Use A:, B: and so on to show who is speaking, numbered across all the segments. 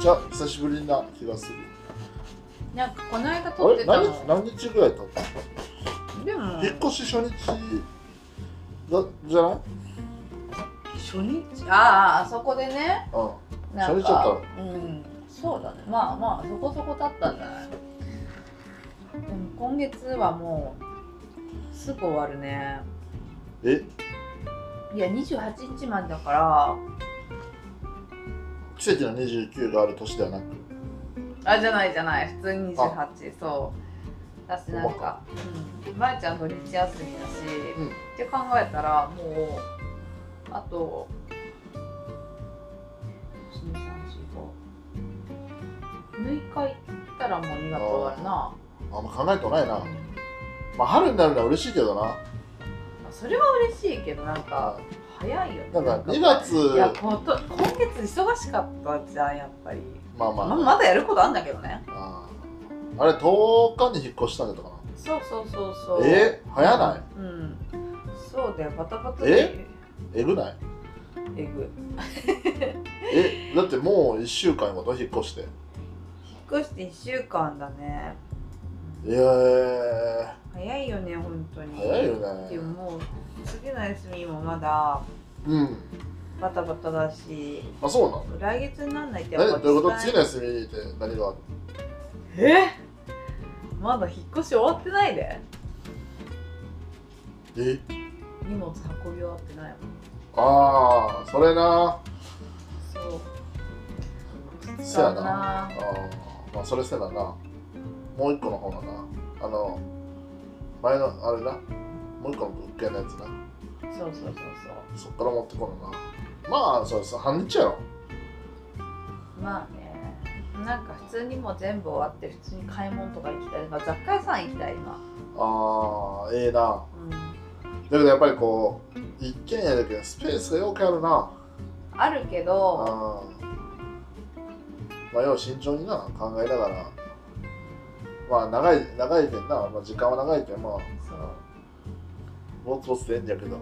A: ちゃ久しぶりな気がする
B: なんかこの間
A: あ
B: 撮って
A: れ
B: た
A: 何
B: の
A: 日何日ぐらい経った
B: でも
A: 引っ越し初日だじゃない
B: 初日あああそこでね
A: うん
B: な
A: 初
B: んか
A: 日だ
B: うんそうだねまあまあそこそこ経ったんじゃないでも今月はもうすぐ終わるね
A: え
B: いや28日までだから
A: 奇跡の29がある年ではなく
B: あじゃないじゃない普通に28そうだしなんか、うん、まえちゃん土日休みだし、
A: うん
B: って考えたらもうあと6日行ったらもう2月終わるな
A: あんま考えとないな
B: うん
A: まあ春になるのは嬉しいけどな
B: あそれは嬉しいけどなんか早いよね
A: なんか2月
B: いやこと今月忙しかったじゃんやっぱり、
A: まあま
B: ま
A: あ、
B: まだやることあんだけどね
A: ああれ10日に引っ越したんだとか
B: そうそうそうそう
A: なえ早ない
B: うんそうだよバタバタ
A: えいえぐない
B: えぐ
A: えだってもう1週間ごと引っ越して
B: 引っ越して1週間だね
A: えー、
B: 早いよね本当に
A: 早いよ
B: でも
A: ね
B: もう次の休みもまだ
A: うん
B: バタバタだし
A: あそうなの
B: 来月になんないって
A: 何どういうこと
B: 伝え
A: 次の休みって何がある
B: えまだ引っ越し終わってないで
A: え
B: 荷物運び終わってないもん
A: ああそれな
B: そう
A: せやな
B: だな
A: あーまあそれせななもう一個の方がなあの前のあれなもう一個の物件のやつな
B: そうそうそうそう
A: そっから持ってこるなまあそうそう半日やろ
B: まあねなんか普通にもう全部終わって普通に買い物とか行きたい、まあ、雑貨屋さん行きたい今、
A: あーええな
B: うん、
A: だけどやっぱりこう一軒家だけどスペースがよくあるな
B: あるけど
A: あーまあ要は慎重にな考えながらまあ長い長いけんな、まあ、時間は長いけんまあ
B: そう
A: ぼつぼつでええんじゃけど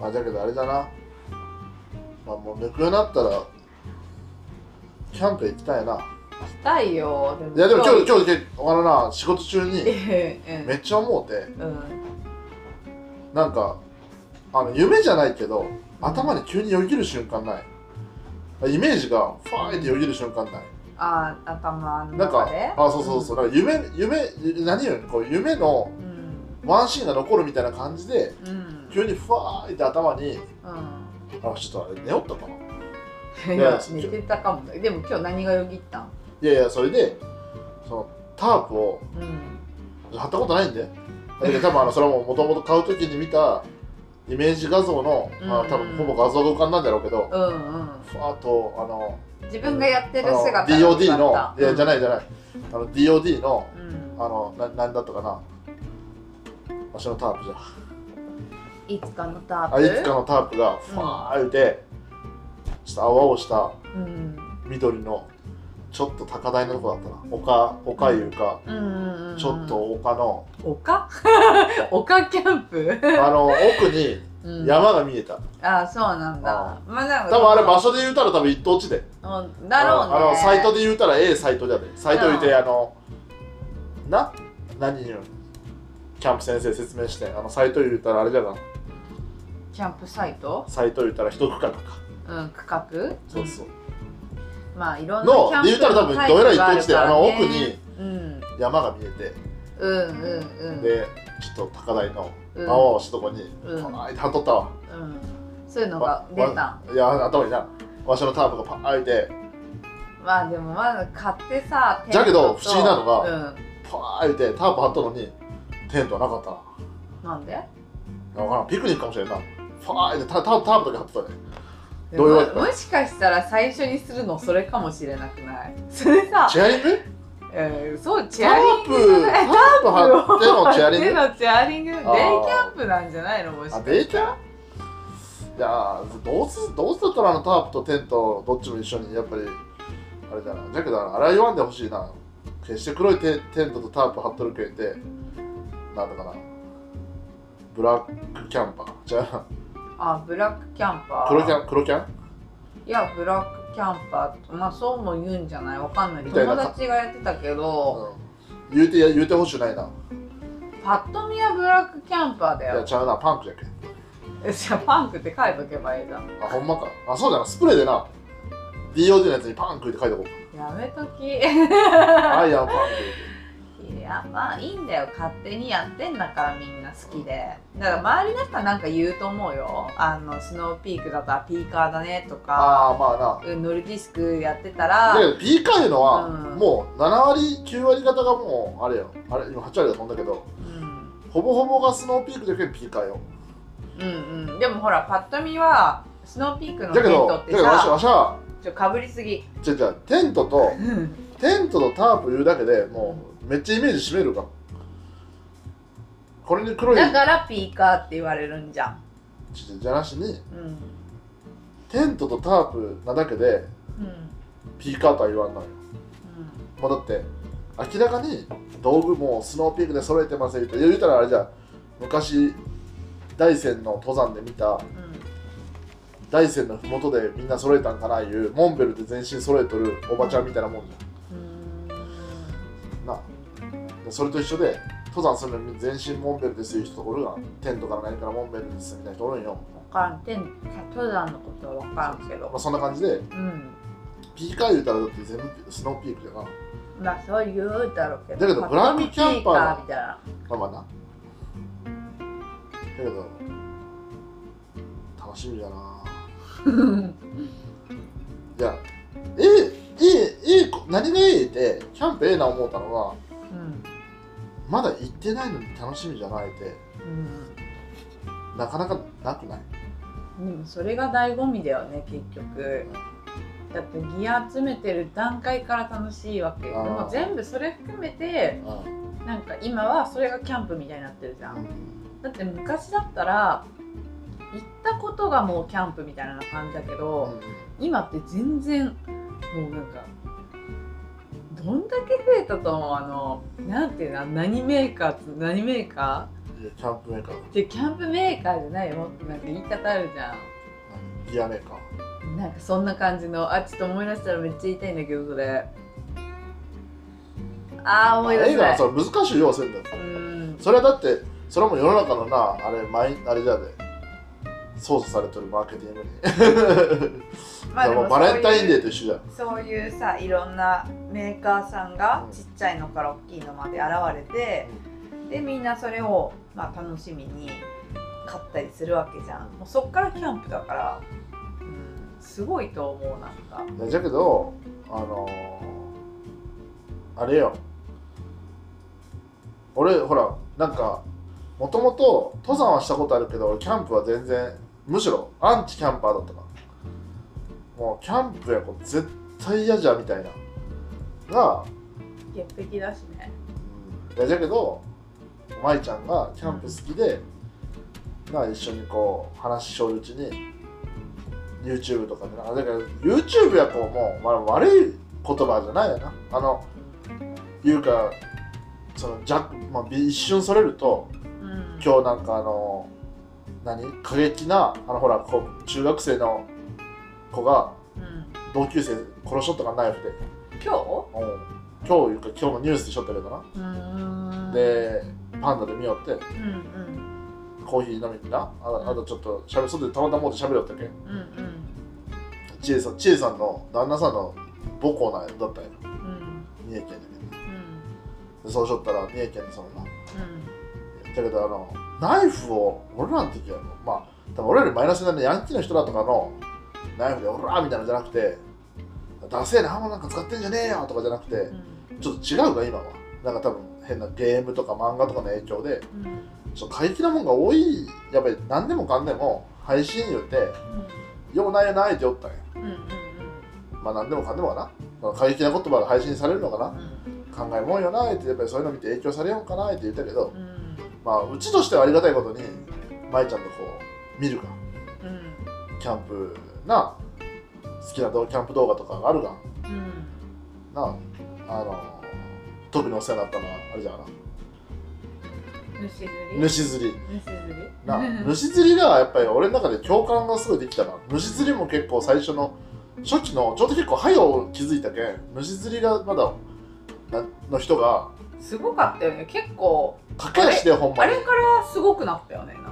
A: まあだけどあれだなまあもうぬくくなったらキャンプ行きたいな
B: 行きたいよ
A: いやでも今日
B: 日
A: 今日あのな仕事中に
B: え
A: めっちゃ思うて
B: うんうん
A: なんかあの夢じゃないけど頭に急によぎる瞬間ないイメージがファーってよぎる瞬間ない
B: あー頭の
A: なんか
B: 中で
A: あそうそうそうなんか夢夢何よりこう夢の
B: うん
A: ワンシーンが残るみたいな感じで
B: うんうん
A: 急にファーって頭に
B: うん
A: あちょっとあれ寝よったかない
B: や 寝てたかもでも今日何がよぎったん
A: いやいやそれでそのタープを
B: うん
A: 貼ったことないんでだけど多分あのそれはもともと買う時に見たイメージ画像の、まあ、多分ほぼ画像が浮かんだんだろうけど、
B: うんうん
A: ふわっとあの
B: 自分がやってる姿
A: あの DOD のいやじゃな
B: ない
A: いじゃないあの DOD の
B: うん
A: あのななんだったかなわしのタープじゃ
B: いつかのタープ
A: あいつかのタープがファーってちょっと青々した
B: うん
A: 緑のちょっと高台のとこだったな丘丘いうか、
B: うんうんうん
A: ちょっと丘の
B: 丘 丘キャンプ、
A: あの奥に
B: うん、
A: 山が見えた、
B: ああそうなんだ
A: あ
B: まあなんか
A: 多分あれ場所で言うたら多分一等地で
B: うんだろうね
A: あのサイト
B: で
A: で言うたら A サイトじゃでサイト言うて、
B: うん
A: あのな何言うキャンプ先生説明してあのサイト言うたらあれじゃな
B: キャンプサイト、
A: サイト言うたら一区画か
B: うん、区画
A: そうそう
B: まあいろんな
A: の
B: キャンプ
A: で言うたら多分
B: タイ
A: ど
B: プ
A: えらい一
B: が
A: 等
B: る
A: 地で
B: か
A: あ
B: らね
A: の奥に
B: うん
A: 山が見えて、
B: うんうんうん
A: でちょっと高台の
B: うん
A: 青々したとこに
B: うん
A: パーンって貼っとったわ、
B: うんそういうの
A: わ
B: が出た
A: わいや頭になわしのタープがパーン開いて
B: まあでもまだ買ってさ
A: じゃけど
B: テントと
A: 不思議なの
B: うん、
A: パーン開いてタープ貼ったのにテントはなかったな
B: なんで
A: わからんピクニックかもしれんなパーン開いてタタタープだけ貼ってたね
B: えで
A: どういうわけ
B: ももしかしたら最初にするのそれかもしれなくないそれさ、
A: チェアリング
B: えーそうチ
A: タ
B: ェアリ
A: ー
B: ン
A: プ
B: グ
A: タープ 張ってのチェアリン
B: 手
A: グ
B: のチェアリングデイキ
A: あー
B: ャンプなんじゃないのもしか
A: あ
B: し
A: デイキ
B: たら
A: ャンいやーどうすどうせだったらあのタープとテントどっちも一緒にやっぱりあれだなじゃけどあれは言わんでほしいな決して黒いテテントとタープ張っとるけんてなんだかなブラックキャンパーじゃ
B: あブラックキャン
A: あ
B: パー
A: 黒キャン黒キャン
B: いやブラックキャンパーとまあそうも言うんじゃないわかんない
A: みたいな
B: 友達がやってたけど、
A: うん、言うてや言うてほしくないな
B: パッと見はブラックキャンパーだ
A: いや
B: よ
A: ちゃうなパンクじゃけん
B: えじゃあパンクって書いとけばいいじゃん
A: あほんまかあそうだなスプレーでな DOD のやつにパンクって書いておこう
B: やめとき
A: アイアンパンク
B: いやまあいいんだよ勝手にやってんだからみんな好きでだから周りの人はなんか言うと思うよあのスノーピークだったらピーカーだねとか
A: ああまあな
B: うんノルディスクやってた
A: だ
B: ら
A: けど P カいうのは、
B: うん
A: もう7割9割方がもうあれよあれ今8割だとんだけど
B: うん
A: ほぼほぼがスノーピークじゃけん P カよ
B: うんうんでもほらパッと見はスノーピークの
A: だ
B: テン
A: けど
B: ト
A: だ
B: っ
A: け
B: て
A: どわし
B: さ
A: わしは
B: ちょかぶりすぎ
A: じゃじゃテントと
B: うん
A: テントとタープ言うだけでもうめっちゃイメージ占めるからこれに黒い
B: だからピーカーって言われるんじゃん
A: じゃじゃなしに
B: うん
A: テントとタープなだけで
B: うん
A: P カーとは言わんのよもうだって明らかに道具もスノーピークで揃えてますよ言うた言うたらあれじゃん昔大山の登山で見た
B: うんうん
A: 大山の麓でみんな揃えたんかないうモンベルで全身揃えとるおばちゃんみたいなもんじ
B: うん
A: ゃんなそれと一緒で登山するのに全身モンベルですいう人おるがテントから何からモンベルですみたいな人おるんよ、
B: 分からんてん登山のことは分からんけ
A: まあ、
B: ど
A: そんな感じで
B: うん
A: ピーカー言うたらだって全部スノーピークじゃな
B: まあそう言うだろうけど
A: だけど
B: パッ
A: ブラ
B: と
A: ッ
B: 見
A: クキャンパー
B: ピーカみたいな
A: まあまあなだけど楽しみだないや A, A, A 何が A ってキャンプ A な思うたのは
B: うん
A: まだ行ってないのに楽しみじゃないってなかなかなくない
B: うん、でもそれが醍醐味だよね結局だってギア集めてる段階から楽しいわけで
A: あー
B: も全部それ含めて
A: う
B: なんか今はそれがキャンプみたいになってるじゃん
A: ん
B: だって昔だったら行ったことがもうキャンプみたいな感じだけど、今って全然もうなんかどんだけ増えたと思うあのなんていうの何メーカーつ何メーカ
A: いやキャンプメーカー
B: ーってキャンプメーカーじゃないよもっとなんか言い方あるじゃ
A: 何ギアメーカー
B: んなんかそんな感じのあちょっと思い出したらめっちゃ言いたいんだけどそれあー思い出
A: あ
B: せ
A: 映画
B: な
A: はいそれ難しいようせんだよ
B: うん
A: それはだってそれはもう世の中のなあれマイあれじゃで操作されてるマーケティングに
B: まあ
A: だから
B: で も
A: もうバレンタインデ
B: で
A: ーと一緒じゃん
B: そういうさいろんなメーカーさんがちっちゃいのから大きいのまで現れてでみんなそれを、まあ、楽しみに買ったりするわけじゃんもうそっからキャンプだから、うん、すごいと思うなんか
A: いやじゃけどあのーあれよ俺ほらなんかもともと登山はしたことあるけど俺キャンプは全然むしろアンチキャンパーだったからもうキャンプやこう絶対嫌じゃみたいなが、
B: 潔癖だしね
A: うん、いやじゃけど舞ちゃんがキャンプ好きで、な一緒にこう話ししょるうちに YouTube とかでなだから YouTube やこうもう、まあ、悪い言葉じゃないよなあのいうかその弱、まあ、び一瞬それると
B: うん
A: 今日なんかあの何過激なあのほらこう中学生の子が
B: うん、
A: 同級生殺しとったからナイフで
B: 今
A: うん今日いうか今日もニュースでしょったけどな、
B: 日うーん
A: でパンダで見よって
B: うんうん
A: コーヒー飲みになああとちょっとしゃべ外でたまたまでしゃべりよったけん
B: うんうん
A: ちえさん、ちえさんの旦那さんの母校なんやだったんや
B: うん
A: 三重県でね
B: うん
A: でそうしよったら三重県でそのな
B: うん
A: だけどあのナイフを俺らの時はまあ多分俺よりマイナスなのヤンキーの人らとかのナイフでオラーみたいなのじゃなくてダセえな刃物なんか使ってんじゃねえよとかじゃなくて
B: うん
A: ちょっと違うが今はなんか多分変なゲームとか漫画とかの影響で
B: うん
A: ちょっと過激なもんが多いやっぱり何でもかんでも配信言うてようないようないっておったんや
B: うんうんうん
A: まあ何でもかんでもかなその過激な言葉が配信されるのかな考えもんよないってやっぱりそういうの見て影響されようかないって言ったけど
B: うんうん
A: まあうちとしてはありがたいことに舞ちゃんのこう見るが
B: うん
A: キャンプな好きなどキャンプ動画とかがあるが
B: うん
A: なあの特にお世話になったのはあれじゃがな
B: ぬしずりぬし
A: 主釣り
B: ずり
A: な
B: うん
A: 主釣りがやっぱり俺の中で共感がすごいできたな主釣りも結構最初の初期のちょうど結構早を気づいたけん主釣りがまだなの人が
B: すごかったよね結構
A: 駆け足でほん
B: あ
A: まに
B: れからすごくなったよねなんか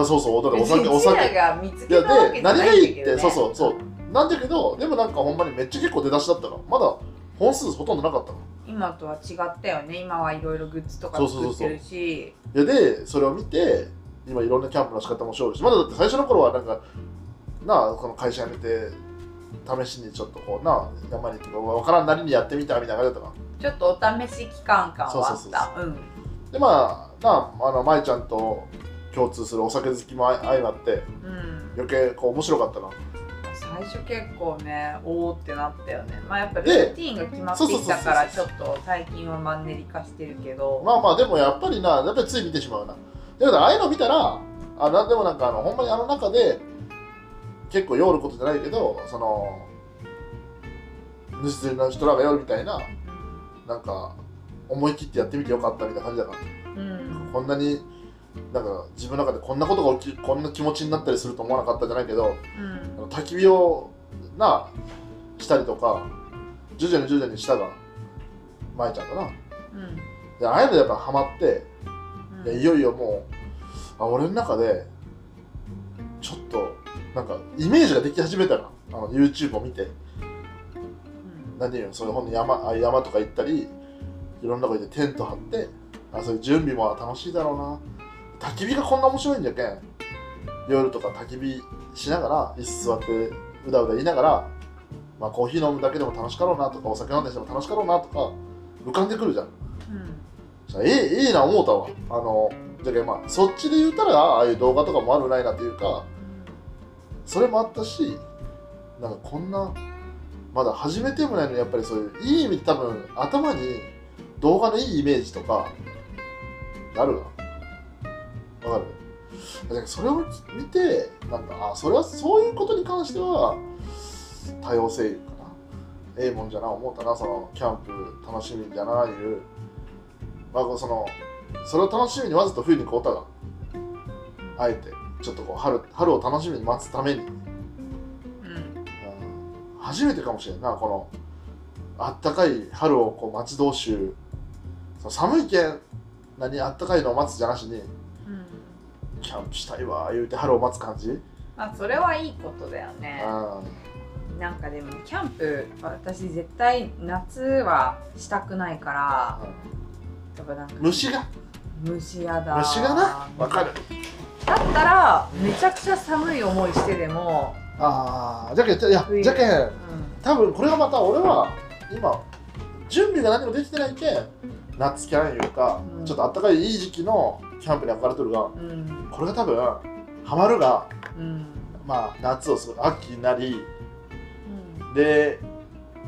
A: あそうそうだからお酒お
B: うちら
A: 酒
B: が見つ
A: い
B: け
A: や
B: たわけ
A: で
B: じゃ
A: 何
B: な
A: がい
B: いんだ
A: いっ
B: け
A: て
B: ど、ね、
A: そうそうそうなんだけどでもなんかほんまにめっちゃ結構出だしだったのまだ本数ほとんどなかったの
B: 今とは違ったよね今はいろいろグッズとか
A: そうそうそ
B: 作
A: う
B: ってるし
A: いやでそれを見て今いろんなキャンプの仕方も勝負してまだだって最初の頃はなんかなあこの会社辞めて試しにちょっとこうなあ山に行ってわからんなりにやってみたみたいな感じだったな
B: ちょっとお試し期間感はあ
A: そうそ
B: っ
A: うそう
B: たうん
A: でまあなああの舞ちゃんと共通するお酒好きも相相まって
B: うん
A: 余計こう面白かったな
B: 最初結構ねおおってなったよねまあやっぱル
A: で
B: ーティーンが決まってきたからち
A: そ
B: ょ
A: う
B: っと最近はマンネリ化してるけど
A: まあまあでもやっぱりなやっぱりつい見てしまうなだけどああいうの見たらあなんでもなんかあのほんまにあの中で結構夜ることじゃないけどその主釣りの人らが夜みたいななんか思い切ってやってみてよかったみたいな感じだから
B: うん
A: こんなになんか自分の中でこんなことが起きこんな気持ちになったりすると思わなかったじゃないけど
B: うん
A: あの焚き火をなしたりとか徐々に徐々にしたが舞ちゃんかな
B: うん
A: でああいうのやっぱハマって
B: うん
A: でいよいよもうあ俺の中でちょっとなんかイメージができ始めたなあの YouTube を見て
B: うん
A: 何よそういう本の山あ山とか行ったりいろんなとこ行ってテント張ってあそういう準備も楽しいだろうな焚き火がこんな面白いんじゃけん夜とか焚き火しながら椅子座ってうだうだ言いながら、まあ、コーヒー飲むだけでも楽しかろうなとかお酒飲んでしても楽しかろうなとか浮かんでくるじゃん
B: うん
A: そしたらええいいな思うたわあのじゃけんまあそっちで言うたらああいう動画とかもあるないなというかそれもあったしなんかこんなまだ始めてもないのにやっぱりそういういい意味で多分頭に動画のいいイメージとかあるなわかるだからそれを見てなんかあそれはそういうことに関しては多様性かなええもんじゃな思ったなそのキャンプ楽しみじゃないうまあこうそのそれを楽しみにわざと冬にこうたがあえてちょっとこう春春を楽しみに待つために
B: うん
A: うん初めてかもしれんなこのあったかい春をこう待ち遠しゅうその寒いけん何あったかいのを待つじゃなしに
B: うん
A: キャンプしたいわ言うて春を待つ感じ、うん、
B: まあそれはいいことだよねなんかでもキャンプ私絶対夏はしたくないからやっぱなんか
A: 虫が
B: 虫やだ
A: 虫がなわかる
B: だったらめちゃくちゃ寒い思いしてでも、
A: あーじゃけんいやじゃけん
B: う
A: 多分これがまた俺は今準備が何もできてないけん夏キャンいうか、
B: うん
A: ちょっとあったかいいい時期のキャンプに憧れとるが
B: んうん
A: これが多分ハマるが
B: うん
A: まあ夏をする秋になりで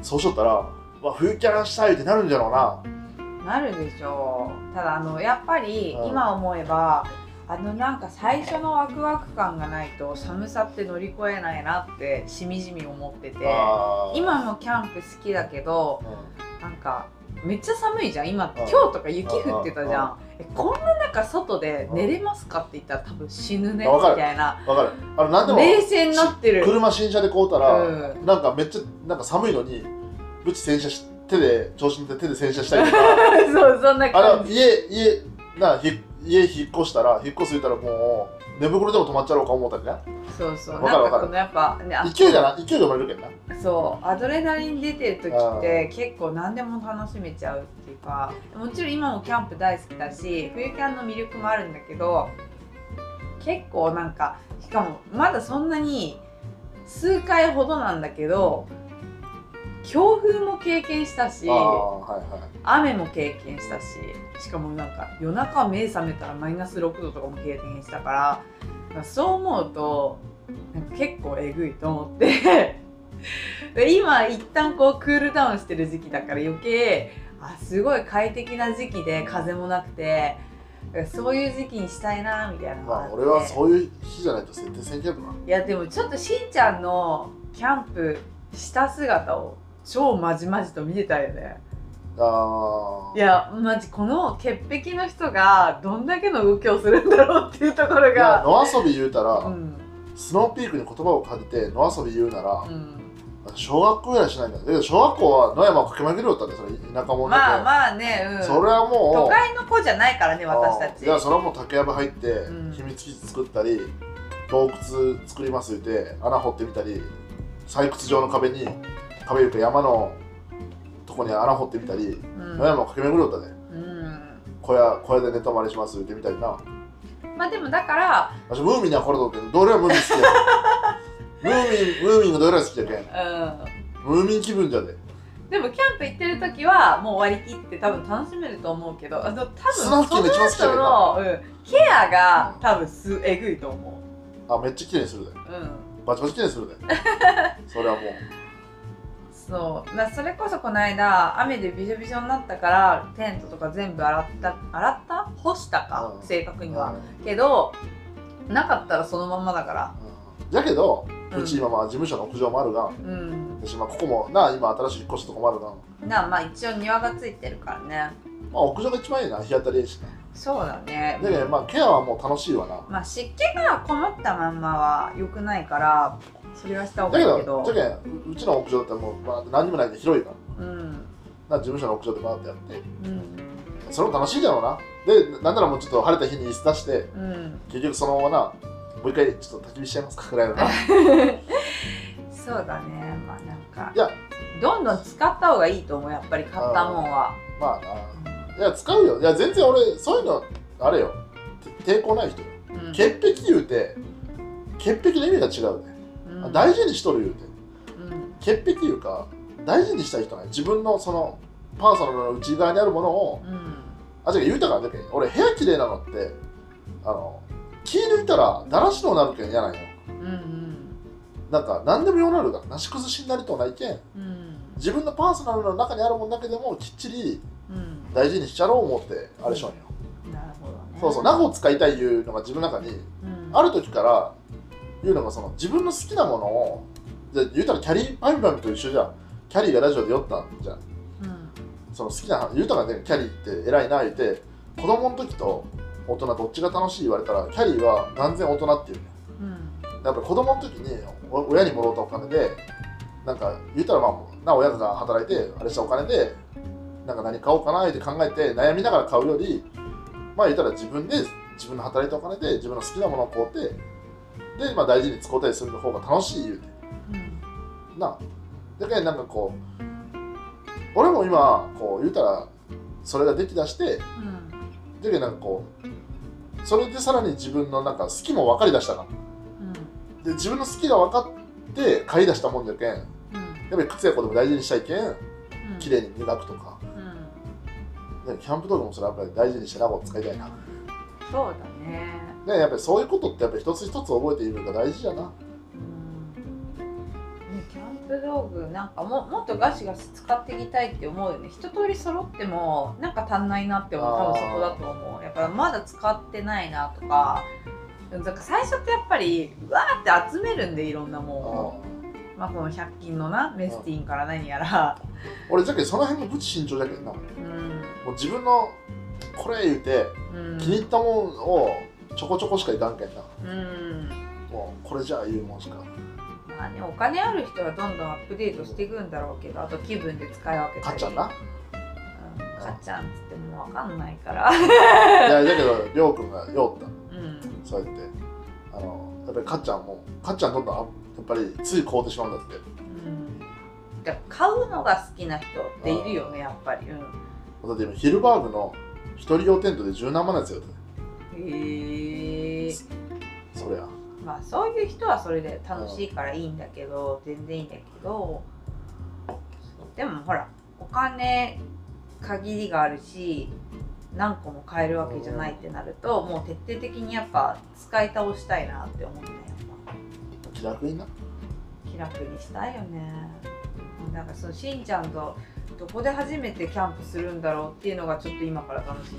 A: そうしとったら、まあ、冬キャンしたいってなるんじゃろうな
B: なるでしょうただあのやっぱり
A: うん
B: 今思えばあのなんか最初のワクワク感がないと寒さって乗り越えないなってしみじみ思ってて
A: あー
B: 今もキャンプ好きだけど
A: う
B: なんかめっちゃ寒いじゃん今
A: うん
B: 今日とか雪降ってたじゃんえこんな中外で寝れますかって言ったら多分死ぬね
A: うんわかる
B: みたいなん
A: わかるあの何でも
B: 冷静になってる
A: 車新車で買うたら、
B: うん
A: なんかめっちゃなんか寒いのにぶち洗車し手で調子乗って手で洗車したりとか
B: そうそんな
A: あの
B: 感じ
A: 家家なひ家引っ越したら引っ越す言ったらもう寝袋でも止まっちゃろうか思ったりね
B: そうそ
A: わ
B: う
A: かる
B: な
A: わか
B: んか
A: る
B: このやっぱねあ
A: 勢いがな勢いが生まれるけんな
B: そうアドレナリン出てる時って結構何でも楽しめちゃうっていうかもちろん今もキャンプ大好きだし冬キャンの魅力もあるんだけど結構なんかしかもまだそんなに数回ほどなんだけど強風も経験したし
A: ああはいはい
B: 雨も経験したししかもなんか夜中目覚めたらマイナス6度とかも経験したからそう思うとなんか結構えぐいと思って で今一旦こうクールダウンしてる時期だから余計あすごい快適な時期で風もなくてだからそういう時期にしたいなみたいなのが
A: まあ
B: って
A: 俺はそういう日じゃないと設定せんけどない
B: やでもちょっとしんちゃんのキャンプした姿を超まじまじと見てたよね
A: あー
B: いやまじこの潔癖の人がどんだけの動きをするんだろうっていうところ
A: いや
B: が
A: 野遊び言うたら、
B: うん
A: スノーピークに言葉を借りて野遊び言うなら、
B: うん
A: 小学校ぐらいしないんだよだけど小学校は野山を駆け巡るよったんでそれ田舎者で、
B: まあまあね、うん、
A: それはも
B: 都
A: う
B: 会の子じゃないからね私た
A: あー
B: ち
A: いやそれはもう竹やぶ入って、
B: ん
A: 秘密基地作ったり洞窟作ります言って穴掘ってみたり採掘場の壁に壁いうか山のとこに穴掘ってみたり、
B: うん
A: 野山を駆け巡るよったね
B: うん
A: 小屋小屋で寝泊まりします言ってみたりな
B: まあでもだから
A: 私ムーミンに憧れとってどれはムーミン好きやけんムーミンムーミンがどれは好きやけん
B: う
A: ムーミン気分じゃで
B: んでもキャンプ行ってる時はもう割り切って多分楽しめると思うけどあの多分そ
A: スナ
B: の
A: フキンが一番好きだけど
B: 後の、うん、ケアが多分すえぐいと思
A: あめっちゃ綺麗にするで
B: ううん
A: バチバチ綺麗にするでそれはもう
B: そうなそれこそこの間雨でびしょびしょになったからテントとか全部洗った洗った干したか、
A: うん
B: 正確に
A: う
B: は、
A: ん
B: けどなかったらそのまんまだから
A: うんだけど
B: うん
A: うち今まあ事務所の屋上もあるが
B: うん
A: 私まあここもなあ今新しい引っ越しとこもあるが、
B: なまあ一応庭がついてるからね
A: まあ、屋上が一番いいな日当たりいいし
B: そうだね
A: なだけどまあケアはもう楽しいわな
B: まあ湿気がこもったまんまは良くないからそれはした方
A: だ
B: がい
A: け
B: い
A: ど
B: けど
A: じゃけんううちの屋上ってもう、まあ、何にもないんで広いから
B: うん
A: な事務所の屋上でバーってやって
B: うん
A: それも楽しいだろうなでなんならもうちょっと晴れた日に椅子出して
B: うん
A: 結局そのままなもう一回ちょっと焚き火しちゃいますかぐらいのな い
B: そうだねまあなんか
A: や
B: どんどん使った方がいいと思うやっぱり買ったもんは
A: まあないや使うよいや全然俺そういうのあれよて抵抗ない人よ
B: うん
A: 潔癖言うて潔癖の意味が違うね、
B: うん
A: 大事にしとる言うて
B: うん
A: 潔癖いうか大事にしたい人ない自分のそのパーソナルの内側にあるものを
B: うん
A: あ違う言うたからだけん俺部屋綺麗なのってあの気抜いたらだらしのうなるけん嫌なんよ
B: うん
A: なんか何でもようなるがなし崩しになりとうないけん
B: うんうん
A: 自分のパーソナルの中にあるものだけでもきっちり
B: うん
A: 大事にしちゃろう思ってあれしょんよ、
B: なるほどね
A: そうそうナフを使いたいいうのが自分の中に
B: うん
A: ある時から言うのがその自分の好きなものをじゃあ言うたらキャリーパミュパミュと一緒じゃんキャリーがラジオで酔ったんじゃん
B: うん
A: その好きな言うたらねキャリーって偉いな言うて子供の時と大人どっちが楽しい言われたらキャリーは断然大人っていうね
B: うん
A: やっぱり子供の時にお親にもろうたお金でなんか言うたらまあな親が働いてあれしたお金でなんか何買おうかなって考えて悩みながら買うよりまあ言うたら自分で自分の働いたお金で自分の好きなものを買うてで、まあ、大事に使うたりする方が楽しい言うて
B: うん
A: なだけどなんかこう俺も今こう言うたらそれができだしてだ
B: うん
A: けどなんかこうそれでさらに自分のなんか好きも分かりだしたから
B: うん
A: で自分の好きが分かって買い出したもんじゃけんやっ
B: うん
A: ぱり靴や子でも大事にしたいけん
B: うん
A: 綺麗に磨くとか
B: うん
A: でキャンプ道具もそれはやっぱり大事にしてなを使いたいな
B: そうだね
A: でやっぱりそういうことってやっぱり一つ一つ覚えているのが大事じゃな
B: うんねキャンプ道具なんかももっとガシガシ使っていきたいって思うよね一通り揃ってもなんか足んないなって思う
A: あ
B: 多
A: ー
B: 分そこだと思うやっぱまだ使ってないなとかだから最初ってやっぱりうわーって集めるんでいろんなもんをまあこの100均のなメスティンから何やら
A: 俺じゃけんその辺も無知慎重じゃけんなも
B: う
A: う
B: ん
A: 自分のこれ言うて
B: うん
A: 気に入ったもんをちょこちょこしかいかんけんな
B: うん
A: もうこれじゃあ言うもんしか
B: まあねお金ある人はどんどんアップデートしていくんだろうけどあと気分で使い分けた
A: かっ
B: り
A: ちゃん な
B: うんかっちゃんっつっても分かんないから
A: いやだけどりょうくんが酔った
B: うん
A: そうやってあのやっぱりかっちゃんもかっちゃんどんどんあやっぱりつい買うてしまうんだって
B: うんだから買うのが好きな人っているよねやっぱり、うん、
A: だって今ヒルバーグの一人用テントで17万のやつよ
B: へえ
A: そりゃ
B: まあそういう人はそれで楽しいからいいんだけど全然いいんだけどでもほらお金限りがあるし何個も買えるわけじゃないってなるともう徹底的にやっぱ使い倒したいなって思うねやっぱ
A: 気楽にな
B: 気楽にしたいよねなんかそのしんちゃんとどこで初めてキャンプするんだろうっていうのがちょっと今から楽しみ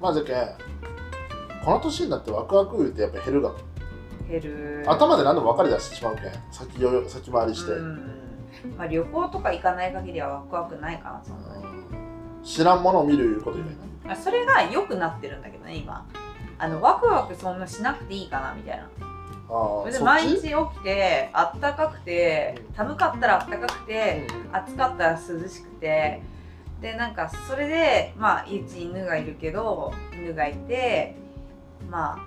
A: まあじゃけんこの年になってワクワク言うてやっぱ減るが
B: 減る
A: 頭で何でも分かり出してしまうけん先よよ先回りして、
B: うんまあ、旅行とか行かない限りはワクワクないかなそんなに
A: 知らんものを見るいうこと以外な
B: あそれが良くなってるんだけどね今あのワクワクそんなしなくていいかなみたいな
A: あ
B: そ
A: あ
B: れで
A: そっ
B: 毎
A: ち
B: 日起きてあったかくて寒かったらあったかくて暑かったら涼しくてでなんかそれでまあうち犬がいるけど犬がいてまあ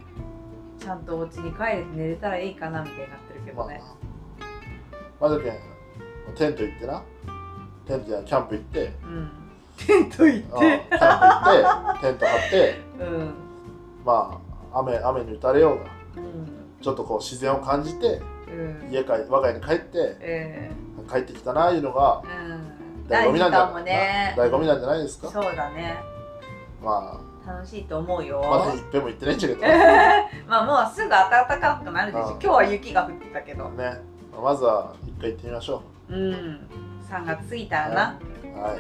B: ちゃんとお家に帰れて寝れたらいいかなみたいになってるけ
A: ま
B: ど
A: あ
B: ね、
A: まあじゃけんテント行ってなテントやキャンプ行って
B: うんテント行
A: あ
B: っ
A: あキ
B: て
A: ャンプ行ってテント張って
B: うん、
A: まあ雨雨に打たれようが
B: うん
A: ちょっとこう自然を感じて
B: うん
A: 家帰我が家に帰って
B: え
A: 帰ってきたないうのが
B: ーうん
A: 醍醐味なんじゃ
B: 第二弾も
A: な
B: ね
A: 醍醐味なんじゃないですか、
B: そうだね
A: ま
B: 楽しいと思うよ
A: あまだいっぺんも行ってないんじゃけどね
B: まあもうすぐ暖かくなるでし
A: うん
B: ょ今日は雪が降ってたけど
A: まあまずは一回行ってみましょ
B: うん3月過ぎたらな、
A: うはい